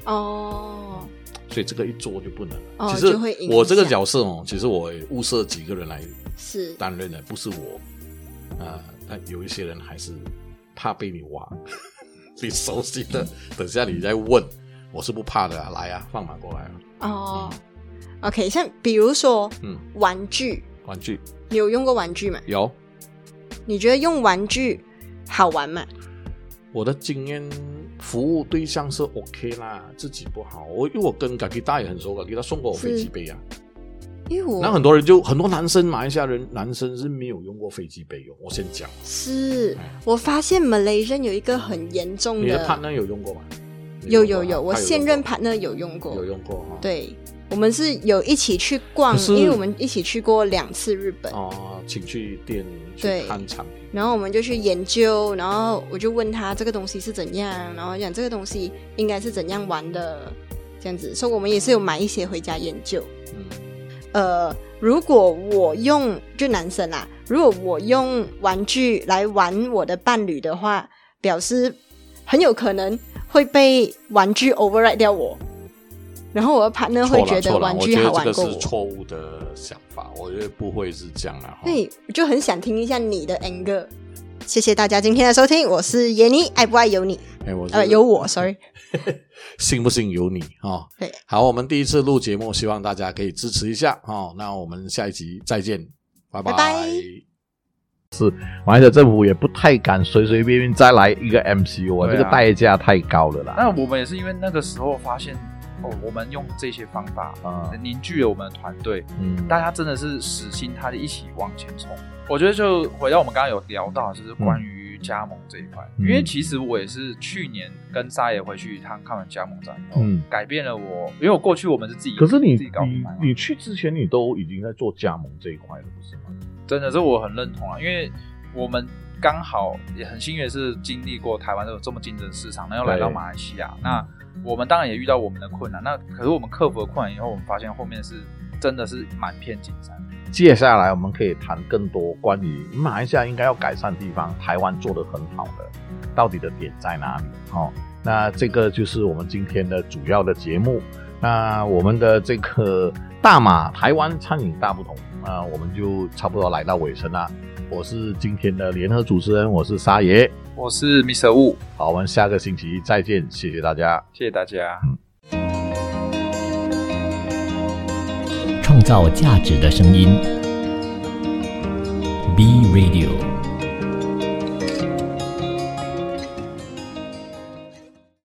S3: 哦，
S2: 所以这个一做就不能了。
S3: 哦
S2: 啊其实
S3: 就会影响
S2: 我这个角色哦，其实我也物色几个人来
S3: 是
S2: 担任的，不是我啊、但有一些人还是怕被你挖， 你熟悉
S3: 嗯
S2: 的，等下你再问，我是不怕的、啊，来啊，放马过来啊，
S3: 哦。OK，像比如说
S2: 嗯，
S3: 玩具，
S2: 玩具
S3: 你有用过玩具吗？
S2: 有。
S3: 你觉得用玩具好玩吗？
S2: 我的经验，服务对象是 OK 啦，自己不好。我因为我跟 g a k i t a 也很熟啊 g a k i t a 送过我飞机杯啊。
S3: 因为
S2: 那
S3: 我
S2: 很多人就很多男生，马来西亚人男生是没有用过飞机杯用。我先讲，
S3: 是我发现 Malaysian 有一个很严重
S2: 你的
S3: 的，
S2: partner 有用过吗？
S3: 有
S2: 你用
S3: 有
S2: 过吗
S3: 有，我
S2: 他
S3: 现任
S2: 用
S3: partner 有用
S2: 过
S3: 过
S2: 有，用过哦哈。
S3: 对，我们是有一起去逛
S2: 可，是
S3: 因为我们一起去过两次日本，
S2: 哦，请去店去
S3: 对
S2: 看产品。
S3: 然后我们就去研究，然后我就问他这个东西是怎样，然后讲这个东西应该是怎样玩的，这样子，所以我们也是有买一些回家研究。
S2: 嗯，
S3: 呃，如果我用就男生啦，如果我用玩具来玩我的伴侣的话，表示很有可能会被玩具 override 掉我，然后我的 partner 会
S2: 错
S3: 觉
S2: 了错了，
S3: 玩
S2: 我
S3: 具
S2: 觉
S3: 好
S2: 得
S3: 玩
S2: 这个
S3: 过我
S2: 是。错误的想法，我觉得不会是这样的啊哈。
S3: 对，我就很想听一下你的 anger。谢谢大家今天的收听，我是闫妮，爱不爱由你，
S2: 哎，我
S3: 呃，
S2: 是
S3: 由我，sorry。
S2: 信不信由你哦。
S3: 对，
S2: 好，我们第一次录节目，希望大家可以支持一下哦。那我们下一集再见，拜
S3: 拜拜
S2: 是马来西亚政府也不太敢随随便便再来一个 MCU 啊，
S4: 对啊
S2: 这个代价太高了啦。
S4: 那我们也是因为那个时候发现，哦，我们用这些方法
S2: 啊，
S4: 凝聚了我们的团队，
S2: 嗯，
S4: 大家真的是死心塌地一起往前冲。我觉得就回到我们刚刚有聊到，就是关于加盟这一块，
S2: 嗯
S4: 因为其实我也是去年跟沙爷回去一趟看完加盟展，
S2: 嗯，
S4: 改变了我，因为我过去我们是自己，
S2: 可是你
S4: 自己搞品牌嘛
S2: 你你去之前，你都已经在做加盟这一块了，不是吗？
S4: 真的是我很认同啊，因为我们刚好也很幸运地是经历过台湾这种这么竞争的市场，那又来到
S2: 对
S4: 马来西亚，那我们当然也遇到我们的困难，那可是我们克服了困难以后，我们发现后面是真的是满片金山，
S2: 接下来我们可以谈更多关于马来西亚应该要改善的地方，台湾做得很好的，到底的点在哪里？哦，那这个就是我们今天的主要的节目。那我们的这个大马台湾餐饮大不同，那我们就差不多来到尾声啦。我是今天的联合主持人，我是沙爷。
S4: 我是 Mr. Wu，
S2: 好，我们下个星期再见，谢谢大家。
S4: 谢谢大家。
S1: 创造价值的声音。B Radio